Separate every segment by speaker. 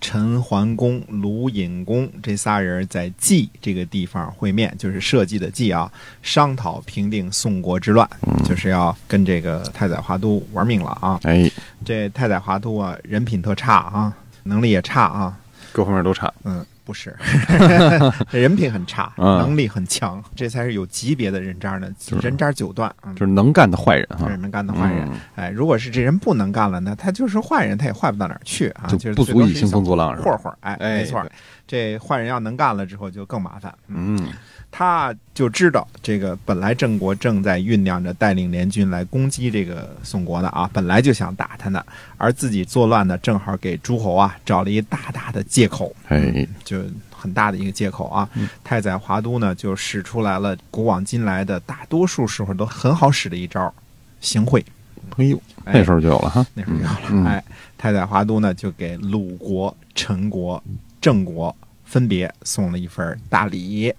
Speaker 1: 陈桓公、鲁隐公这仨人在冀这个地方会面，就是社稷的冀啊，商讨平定宋国之乱，就是要跟这个太宰华都玩命了啊！
Speaker 2: 哎，
Speaker 1: 这太宰华都啊，人品特差啊，能力也差啊，
Speaker 2: 各方面都差。
Speaker 1: 嗯，不 是，人品很差，
Speaker 2: 嗯
Speaker 1: 能力很强，这才是有级别的人渣呢。人渣九段，嗯，
Speaker 2: 就是嗯能干的坏人
Speaker 1: 这
Speaker 2: 哈
Speaker 1: 是，能干的坏人。哎，如果是这人不能干了呢，他就是坏人，他也坏不到哪儿去啊，就是
Speaker 2: 就不
Speaker 1: 最多
Speaker 2: 足以
Speaker 1: 是一
Speaker 2: 兴
Speaker 1: 小
Speaker 2: 风作浪，是
Speaker 1: 混
Speaker 2: 吧？
Speaker 1: 混儿。哎，
Speaker 2: 哎
Speaker 1: 没错儿，这坏人要能干了之后就更麻烦。嗯，
Speaker 2: 嗯，
Speaker 1: 他就知道这个本来郑国正在酝酿着带领联军来攻击这个宋国呢啊，本来就想打他呢，而自己作乱呢，正好给诸侯啊找了一大大的借口。
Speaker 2: 哎，
Speaker 1: 就很大的一个借口啊。太宰华都呢，就使出来了古往今来的大多数时候都很好使的一招，行贿。
Speaker 2: 嘿哎呦，那时候就有了哈。
Speaker 1: 那时候有了，
Speaker 2: 嗯嗯
Speaker 1: 哎，太宰华都呢就给鲁国、陈国、郑国分别送了一份大礼。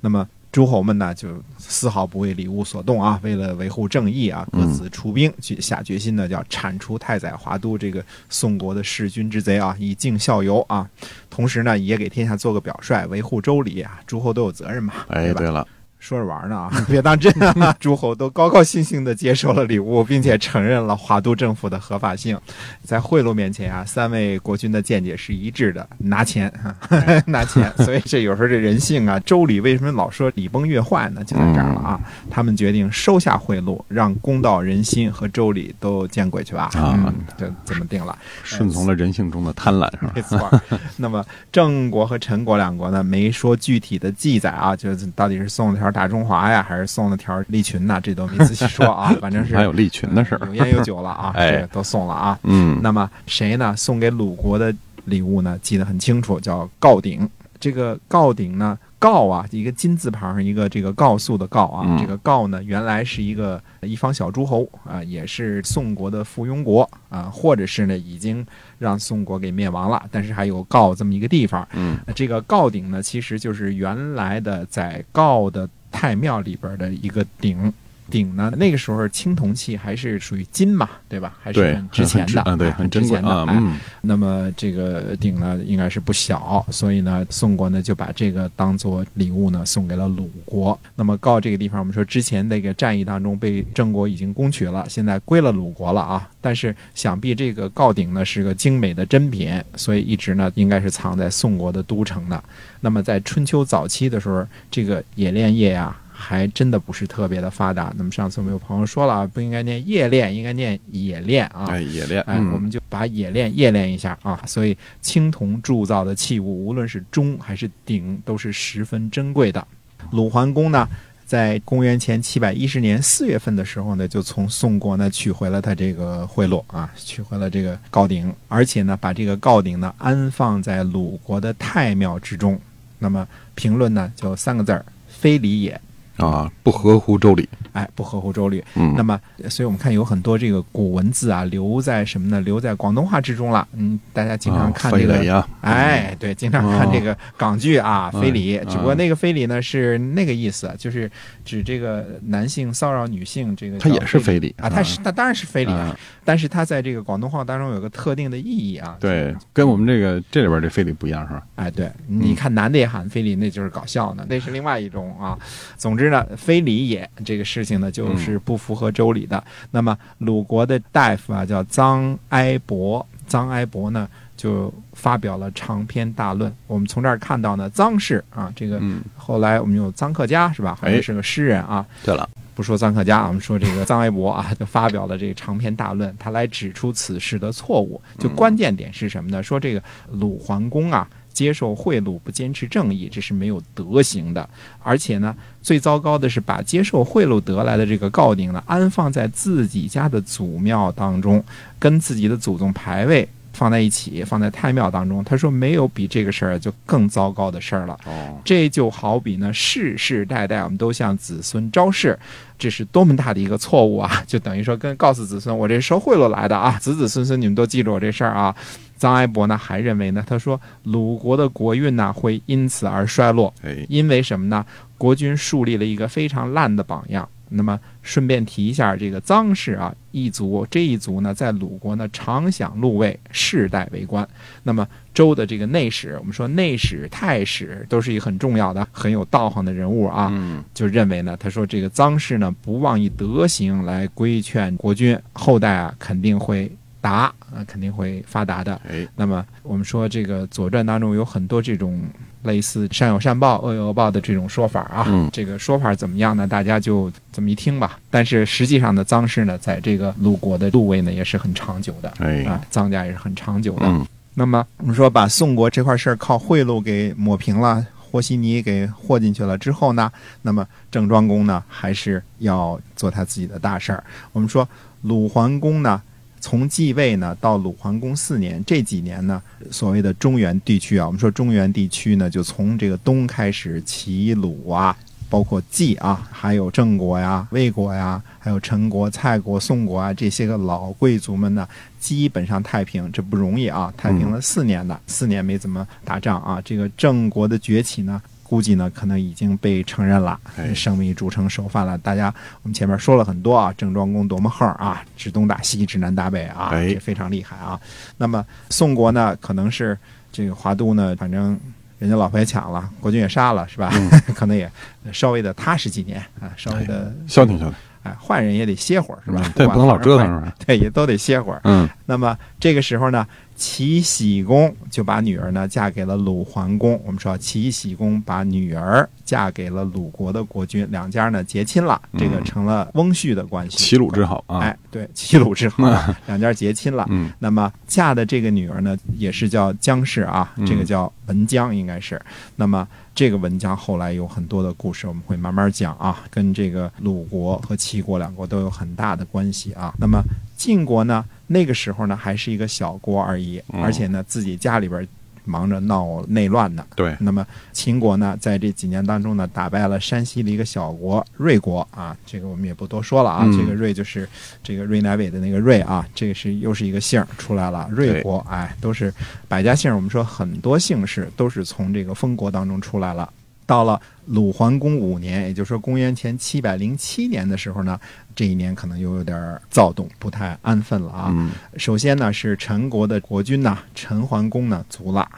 Speaker 1: 那么诸侯们呢就丝毫不为礼物所动啊，为了维护正义啊，
Speaker 2: 嗯
Speaker 1: 各自出兵去下决心呢，要铲除太宰华都这个宋国的弑君之贼啊，以儆效尤啊。同时呢，也给天下做个表率，维护周礼啊，诸侯都有责任嘛，
Speaker 2: 哎，
Speaker 1: 对吧
Speaker 2: 对？了，
Speaker 1: 说着玩儿呢啊， 别当真啊！ 诸侯都高高兴兴地接受了礼物，并且承认了华都政府的合法性。在贿赂面前啊，三位国君的见解是一致的，拿钱 啊，拿 钱。所以这有时候这人性啊，周礼为什么老说礼崩乐坏呢？就在这儿了啊！他们决定收下贿赂，让公道人心和周礼都见鬼去吧！
Speaker 2: 啊
Speaker 1: 嗯，就这么定了。
Speaker 2: 顺从了人性中的贪婪，是吧？
Speaker 1: 没错儿。那么郑国和陈国两国呢，没说具体的记载啊，就是到底是送了条大中华呀，还是送了条利群呐、这都没仔细说 啊。反正是
Speaker 2: 还有利群的事儿
Speaker 1: 有烟有酒了啊，
Speaker 2: 哎
Speaker 1: 这个都送了啊。
Speaker 2: 嗯，
Speaker 1: 那么谁呢？送给鲁国的礼物呢，记得很清楚，叫告鼎。这个告鼎呢，告啊，一个金字旁，一个这个告诉的告啊，
Speaker 2: 嗯
Speaker 1: 这个告呢，原来是一个呃一方小诸侯啊、也是宋国的附庸国啊、或者是呢已经让宋国给灭亡了，但是还有告这么一个地方。呃
Speaker 2: 嗯，
Speaker 1: 这个告鼎呢，其实就是原来的在告的太庙里边的一个鼎。鼎呢，那个时候青铜器还是属于金嘛，对吧？还是
Speaker 2: 对，
Speaker 1: 很值钱的，
Speaker 2: 啊，对，
Speaker 1: 哎
Speaker 2: 很
Speaker 1: 值
Speaker 2: 珍贵
Speaker 1: 钱的。
Speaker 2: 啊，
Speaker 1: 哎
Speaker 2: 嗯，
Speaker 1: 那么这个鼎呢，应该是不小，所以呢，宋国呢就把这个当做礼物呢送给了鲁国。那么告这个地方，我们说之前那个战役当中被郑国已经攻取了，现在归了鲁国了啊。但是想必这个告鼎呢是个精美的珍品，所以一直呢应该是藏在宋国的都城的。那么在春秋早期的时候，这个冶炼业呀、还真的不是特别的发达。那么上次我们有朋友说了啊，不应该念冶炼，应该念冶炼啊。
Speaker 2: 哎，冶炼，
Speaker 1: 哎，
Speaker 2: 嗯
Speaker 1: 我们就把冶炼冶炼一下啊。所以青铜铸造的器物，无论是钟还是鼎，都是十分珍贵的。鲁桓公呢，在公元前七百一十年四月份的时候呢，就从宋国呢取回了他这个贿赂啊，取回了这个告鼎，而且呢，把这个告鼎呢安放在鲁国的太庙之中。那么评论呢，就三个字儿：非礼也。
Speaker 2: 啊，不合乎周礼，
Speaker 1: 哎，不合乎周律。
Speaker 2: 嗯
Speaker 1: 那么，呃所以我们看有很多这个古文字啊，留在什么呢？留在广东话之中了。嗯，大家经常
Speaker 2: 啊
Speaker 1: 看
Speaker 2: 非
Speaker 1: 这个，
Speaker 2: 礼呀，
Speaker 1: 哎，对，经常看这个港剧啊，
Speaker 2: 嗯
Speaker 1: 非礼。只不过
Speaker 2: 嗯
Speaker 1: 那个非礼呢是那个意思，就是指这个男性骚扰女性，这个
Speaker 2: 他也是
Speaker 1: 叫非
Speaker 2: 非礼
Speaker 1: 啊，他是他当然是非礼啊
Speaker 2: 嗯，
Speaker 1: 但是他在这个广东话当中有个特定的意义啊。
Speaker 2: 对，跟我们这个这里边这非礼不一样是吧？
Speaker 1: 哎，对，
Speaker 2: 嗯
Speaker 1: 你看男的也喊非礼，那就是搞笑呢，那是另外一种啊。总之呢，非礼也这个事情呢，就是不符合周礼的。那么鲁国的大夫啊，叫臧哀伯，臧哀伯呢就发表了长篇大论。我们从这儿看到呢，臧氏啊，这个
Speaker 2: 嗯，
Speaker 1: 后来我们有臧克家是吧？好像是个诗人啊，
Speaker 2: 对了，
Speaker 1: 不说臧克家，我们说这个臧哀伯啊，就发表了这个长篇大论，他来指出此事的错误。就关键点是什么呢？说这个鲁桓公啊，接受贿赂、不坚持正义，这是没有德行的。而且呢，最糟糕的是把接受贿赂得来的这个告顶呢，安放在自己家的祖庙当中，跟自己的祖宗牌位。放在一起，放在太庙当中，他说没有比这个事儿就更糟糕的事儿了。
Speaker 2: 哦，
Speaker 1: 这就好比呢，世世代代我们都向子孙昭示，这是多么大的一个错误啊！就等于说跟告诉子孙，我这收贿赂来的啊，子子孙孙你们都记住我这事儿啊。臧埃伯呢还认为呢，他说鲁国的国运呢会因此而衰落，
Speaker 2: 哎，
Speaker 1: 因为什么呢？国君树立了一个非常烂的榜样。那么顺便提一下，这个臧氏啊一族，这一族呢，在鲁国呢常享禄位，世代为官。那么周的这个内史，我们说内史、太史都是一个很重要的、很有道行的人物啊。
Speaker 2: 嗯，
Speaker 1: 就认为呢，他说这个臧氏呢不忘以德行来规劝国君，后代啊肯定会达啊、呃肯定会发达的。
Speaker 2: 哎，
Speaker 1: 那么我们说这个《左传》当中有很多这种类似“善有善报，恶有恶报”的这种说法啊。
Speaker 2: 嗯
Speaker 1: 这个说法怎么样呢？大家就这么一听吧。但是实际上呢，臧氏呢，在这个鲁国的禄位呢也是很长久的
Speaker 2: 哎，
Speaker 1: 啊，臧家也是很长久的。
Speaker 2: 嗯，
Speaker 1: 那么我们说把宋国这块事儿靠贿赂给抹平了，和稀泥给和进去了之后呢，那么郑庄公呢还是要做他自己的大事儿。我们说鲁桓公呢，从继位呢到鲁桓公四年这几年呢，所谓的中原地区啊，我们说中原地区呢，就从这个东开始，齐鲁啊，包括冀啊，还有郑国呀、魏国呀，还有陈国、蔡国、宋国啊，这些个老贵族们呢，基本上太平，这不容易啊！太平
Speaker 2: 嗯
Speaker 1: 了四年的，四年没怎么打仗啊。这个郑国的崛起呢，估计呢可能已经被承认了
Speaker 2: 哎，
Speaker 1: 生米煮成熟饭了。大家我们前面说了很多啊，郑庄公多么横啊，指东打西，指南打北啊，
Speaker 2: 哎
Speaker 1: 这非常厉害啊。那么宋国呢，可能是这个华都呢，反正人家老婆也抢了，国君也杀了，是吧？
Speaker 2: 嗯
Speaker 1: 可能也稍微的踏实几年
Speaker 2: 哎
Speaker 1: 啊，稍微的
Speaker 2: 消停消停，
Speaker 1: 哎，换人也得歇会儿，是吧？
Speaker 2: 嗯对，不能老折腾
Speaker 1: 换人，
Speaker 2: 是吧？
Speaker 1: 对，也都得歇会儿。
Speaker 2: 嗯，
Speaker 1: 那么这个时候呢，齐僖公就把女儿呢嫁给了鲁桓公。我们说齐僖公把女儿嫁给了鲁国的国君，两家呢结亲了，这个
Speaker 2: 嗯
Speaker 1: 成了翁婿的关系。
Speaker 2: 齐鲁之好啊，
Speaker 1: 哎，对，齐鲁之好， 两家结亲了。
Speaker 2: 嗯，
Speaker 1: 那么嫁的这个女儿呢，也是叫姜氏啊
Speaker 2: 嗯，
Speaker 1: 这个叫文姜应该是。那么这个文姜后来有很多的故事，我们会慢慢讲啊，跟这个鲁国和齐国两国都有很大的关系啊。那么晋国呢，那个时候呢还是一个小国而已，
Speaker 2: 嗯
Speaker 1: 而且呢自己家里边忙着闹内乱呢，
Speaker 2: 对，
Speaker 1: 那么秦国呢，在这几年当中呢，打败了山西的一个小国瑞国啊，这个我们也不多说了啊。
Speaker 2: 嗯
Speaker 1: 这个瑞就是这个瑞乃伟的那个瑞啊，这个是又是一个姓儿出来了。瑞国，哎，都是百家姓儿。我们说很多姓氏都是从这个封国当中出来了。到了鲁桓公五年，也就是说公元前七百零七年的时候呢，这一年可能又有点儿躁动，不太安分了啊。
Speaker 2: 嗯，
Speaker 1: 首先呢是陈国的国君呐、陈桓公呢卒了，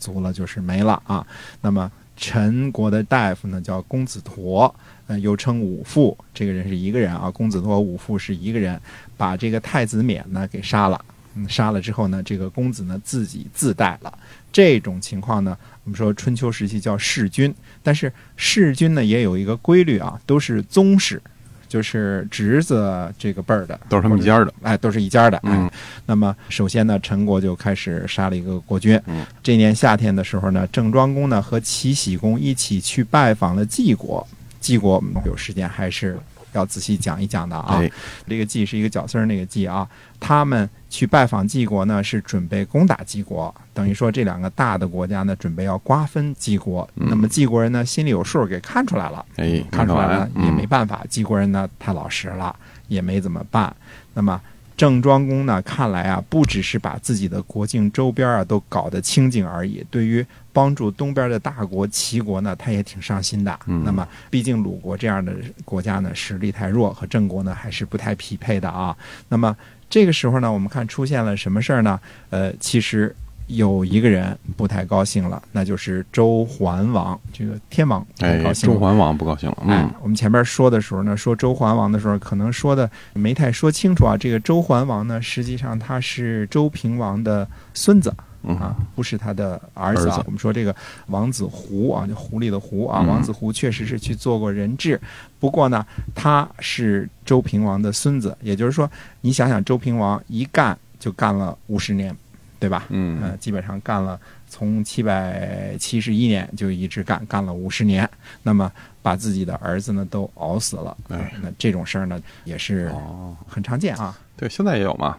Speaker 1: 卒了就是没了啊。那么陈国的大夫呢叫公子陀，呃，又称武父，这个人是一个人啊。公子陀、武父是一个人，把这个太子冕呢给杀了。嗯，杀了之后呢，这个公子呢自己自带了。这种情况呢，我们说春秋时期叫弑君，但是弑君呢也有一个规律啊，都是宗室，就是侄子这个辈儿的，
Speaker 2: 都是他们
Speaker 1: 或者
Speaker 2: 家的，
Speaker 1: 哎，都是一家的。哎
Speaker 2: 嗯
Speaker 1: 那么首先呢，陈国就开始杀了一个国君。
Speaker 2: 嗯
Speaker 1: 这年夏天的时候呢，郑庄公呢和齐僖公一起去拜访了季国。季国我们有时间还是要仔细讲一讲的啊。
Speaker 2: 哎，
Speaker 1: 这个季是一个绞丝儿那个季啊。他们去拜访季国呢，是准备攻打季国，等于说这两个大的国家呢，准备要瓜分季国。
Speaker 2: 嗯
Speaker 1: 那么季国人呢，心里有数，给看出来了。
Speaker 2: 哎，
Speaker 1: 看出来
Speaker 2: 了
Speaker 1: 了，也没办法。季国人呢太老实了，也没怎么办。那么郑庄公呢，看来啊，不只是把自己的国境周边啊都搞得清净而已，对于帮助东边的大国齐国呢，他也挺上心的。
Speaker 2: 嗯
Speaker 1: 那么，毕竟鲁国这样的国家呢，实力太弱，和郑国呢还是不太匹配的啊。那么这个时候呢，我们看出现了什么事儿呢？呃，其实。有一个人不太高兴了，那就是周桓王，这个天王不太
Speaker 2: 哎，
Speaker 1: 高兴了。
Speaker 2: 中环王不高兴了，
Speaker 1: 哎
Speaker 2: 嗯，，
Speaker 1: 我们前面说的时候呢，说周桓王的时候，可能说的没太说清楚啊。这个周桓王呢，实际上他是周平王的孙子
Speaker 2: 嗯
Speaker 1: 啊，不是他的儿子啊。
Speaker 2: 儿子
Speaker 1: 我们说这个王子胡啊，就狐狸的狐啊，
Speaker 2: 嗯
Speaker 1: 王子胡确实是去做过人质，不过呢，他是周平王的孙子，也就是说，你想想周平王一干就干了五十年，对吧？
Speaker 2: 嗯
Speaker 1: 呃，基本上干了从七百七十一年就一直干干了五十年，那么把自己的儿子呢都熬死了。
Speaker 2: 哎
Speaker 1: 那这种事儿呢也是
Speaker 2: 哦，
Speaker 1: 很常见啊。
Speaker 2: 对，现在也 有嘛，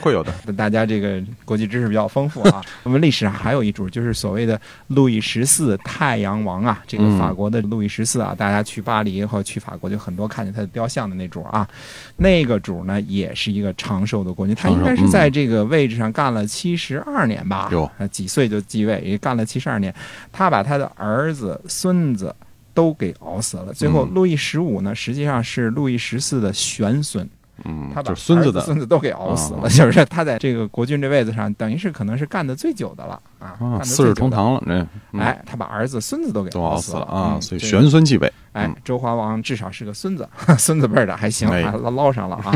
Speaker 2: 会有的。
Speaker 1: 大家这个国际知识比较丰富 啊。我们历史上还有一主，就是所谓的路易十四太阳王啊，这个
Speaker 2: 嗯
Speaker 1: 法国的路易十四啊，大家去巴黎以后去法国就很多看见他的雕像的那主啊，那个主呢也是一个长寿的国君，他
Speaker 2: 长寿
Speaker 1: 应
Speaker 2: 嗯
Speaker 1: 该是在这个位置上干了七十二年吧，
Speaker 2: 哟
Speaker 1: 啊几岁就继位，也干了七十二年，他把他的儿子、孙子。都给熬死了。最后，
Speaker 2: 嗯
Speaker 1: 路易十五呢，实际上是路易十四的玄孙，
Speaker 2: 嗯
Speaker 1: 他，把
Speaker 2: 就是孙子
Speaker 1: 儿
Speaker 2: 的
Speaker 1: 孙子都给熬死了，
Speaker 2: 啊
Speaker 1: 就是他在这个国君这位子上，等于是可能是干的最久的了啊，干
Speaker 2: 啊，
Speaker 1: 得
Speaker 2: 四
Speaker 1: 最
Speaker 2: 世
Speaker 1: 久
Speaker 2: 同
Speaker 1: 的。
Speaker 2: 堂了，这嗯
Speaker 1: 哎，他把儿子、孙子都给
Speaker 2: 都熬死
Speaker 1: 死
Speaker 2: 了啊，
Speaker 1: 嗯
Speaker 2: 所以
Speaker 1: 这
Speaker 2: 玄孙继位。
Speaker 1: 哎
Speaker 2: 嗯，
Speaker 1: 周桓王至少是个孙子， 孙子辈儿的还行，
Speaker 2: 哎
Speaker 1: 啊，捞捞上了啊。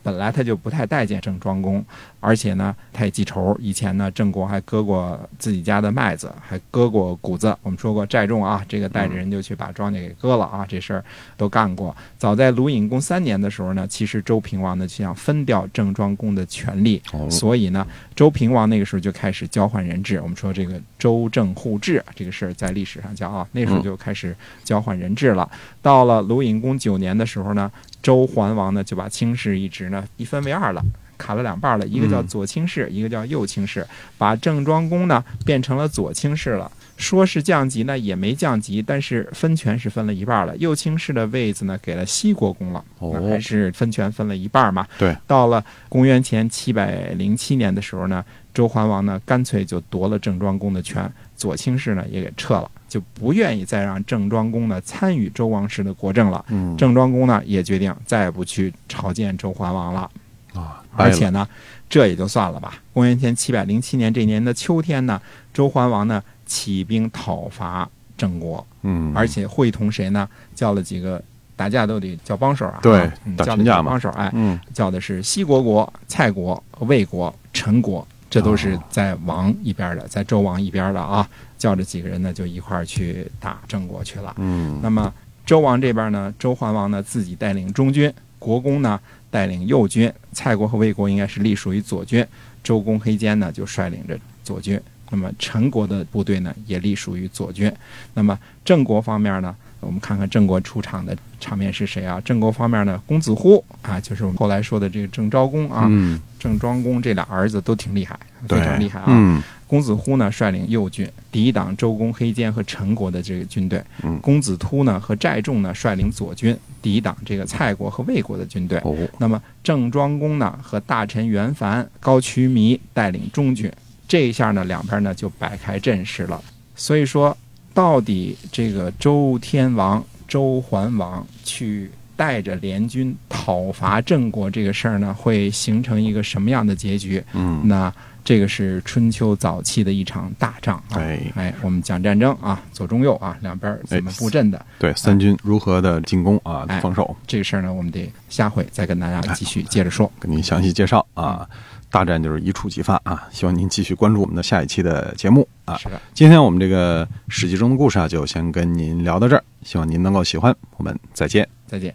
Speaker 1: 本来他就不太待见郑庄公，而且呢，他也记仇。以前呢，郑国还割过自己家的麦子，还割过谷子。我们说过寨种啊，这个
Speaker 2: 嗯
Speaker 1: 带着人就去把庄稼给割了啊，这事儿都干过。早在鲁隐公三年的时候呢，其实周平王呢就想分掉郑庄公的权力，
Speaker 2: 哦
Speaker 1: 所以呢，周平王那个时候就开始交换人质。我们说这个周郑互质啊这个事儿在历史上叫啊，那时候就开始交换人质了。到了鲁隐公九年的时候呢，周桓王呢就把卿氏一职呢一分为二了。砍了两半了，一个叫
Speaker 2: 嗯
Speaker 1: 左卿氏，一个叫右卿氏，把郑庄公呢变成了左卿氏了。说是降级呢，也没降级，但是分权是分了一半了。右卿氏的位子呢，给了西国公了，
Speaker 2: 哦
Speaker 1: 那还是分权分了一半嘛。
Speaker 2: 对，
Speaker 1: 到了公元前七百零七年的时候呢，周桓王呢干脆就夺了郑庄公的权，左卿氏呢也给撤了，就不愿意再让郑庄公呢参与周王室的国政了。
Speaker 2: 嗯
Speaker 1: 郑庄公呢也决定再也不去朝见周桓王了。
Speaker 2: 啊，
Speaker 1: 而
Speaker 2: 掰
Speaker 1: 且
Speaker 2: 了
Speaker 1: 呢，这也就算了吧。公元前七百零七年这年的秋天呢，周桓王呢起兵讨伐郑国，
Speaker 2: 嗯，
Speaker 1: 而且会同谁呢？叫了几个打架都得叫帮手啊，
Speaker 2: 对
Speaker 1: 啊嗯
Speaker 2: 打
Speaker 1: 叫
Speaker 2: 群架
Speaker 1: 了几个
Speaker 2: 嘛
Speaker 1: 帮手哎，
Speaker 2: 嗯
Speaker 1: 叫的是西国国、蔡国、魏国、陈国，这都是
Speaker 2: 哦
Speaker 1: 在王一边的，在周王一边的啊，叫着几个人呢就一块儿去打郑国去了。
Speaker 2: 嗯
Speaker 1: 那么周王这边呢，周桓王呢自己带领中军，国公呢带领右军，蔡国和魏国应该是隶属于左军，周公黑肩呢就率领着左军。那么陈国的部队呢，也隶属于左军。那么郑国方面呢，我们看看郑国出场的场面是谁啊？郑国方面呢，公子乎啊，就是我们后来说的这个郑昭公啊，
Speaker 2: 嗯，
Speaker 1: 郑庄公这俩儿子都挺厉害，非
Speaker 2: 对，
Speaker 1: 常厉害啊。
Speaker 2: 嗯
Speaker 1: 公子忽呢率领右军抵挡周公黑肩和陈国的这个军队，
Speaker 2: 嗯
Speaker 1: 公子突呢和寨众呢率领左军抵挡这个蔡国和魏国的军队。
Speaker 2: 哦，
Speaker 1: 那么郑庄公呢和大臣袁凡、高渠弥带领中军，这一下呢两边呢就摆开阵势了。所以说，到底这个周天王、周桓王去带着联军讨伐郑国这个事儿呢，会形成一个什么样的结局？
Speaker 2: 嗯，
Speaker 1: 那这个是春秋早期的一场大仗啊！
Speaker 2: 哎
Speaker 1: 哎，我们讲战争啊，左中右啊，两边儿怎么布阵的、
Speaker 2: 对，三军如何的进攻啊
Speaker 1: 哎，
Speaker 2: 防守，
Speaker 1: 这个事儿呢，我们得下回再跟大家
Speaker 2: 哎
Speaker 1: 继续接着说。
Speaker 2: 跟您详细介绍啊。
Speaker 1: 嗯
Speaker 2: 大战就是一触即发啊！希望您继续关注我们的下一期的节目啊。
Speaker 1: 是的，
Speaker 2: 今天我们这个史记中的故事啊，就先跟您聊到这儿，希望您能够喜欢，我们再见。
Speaker 1: 再见。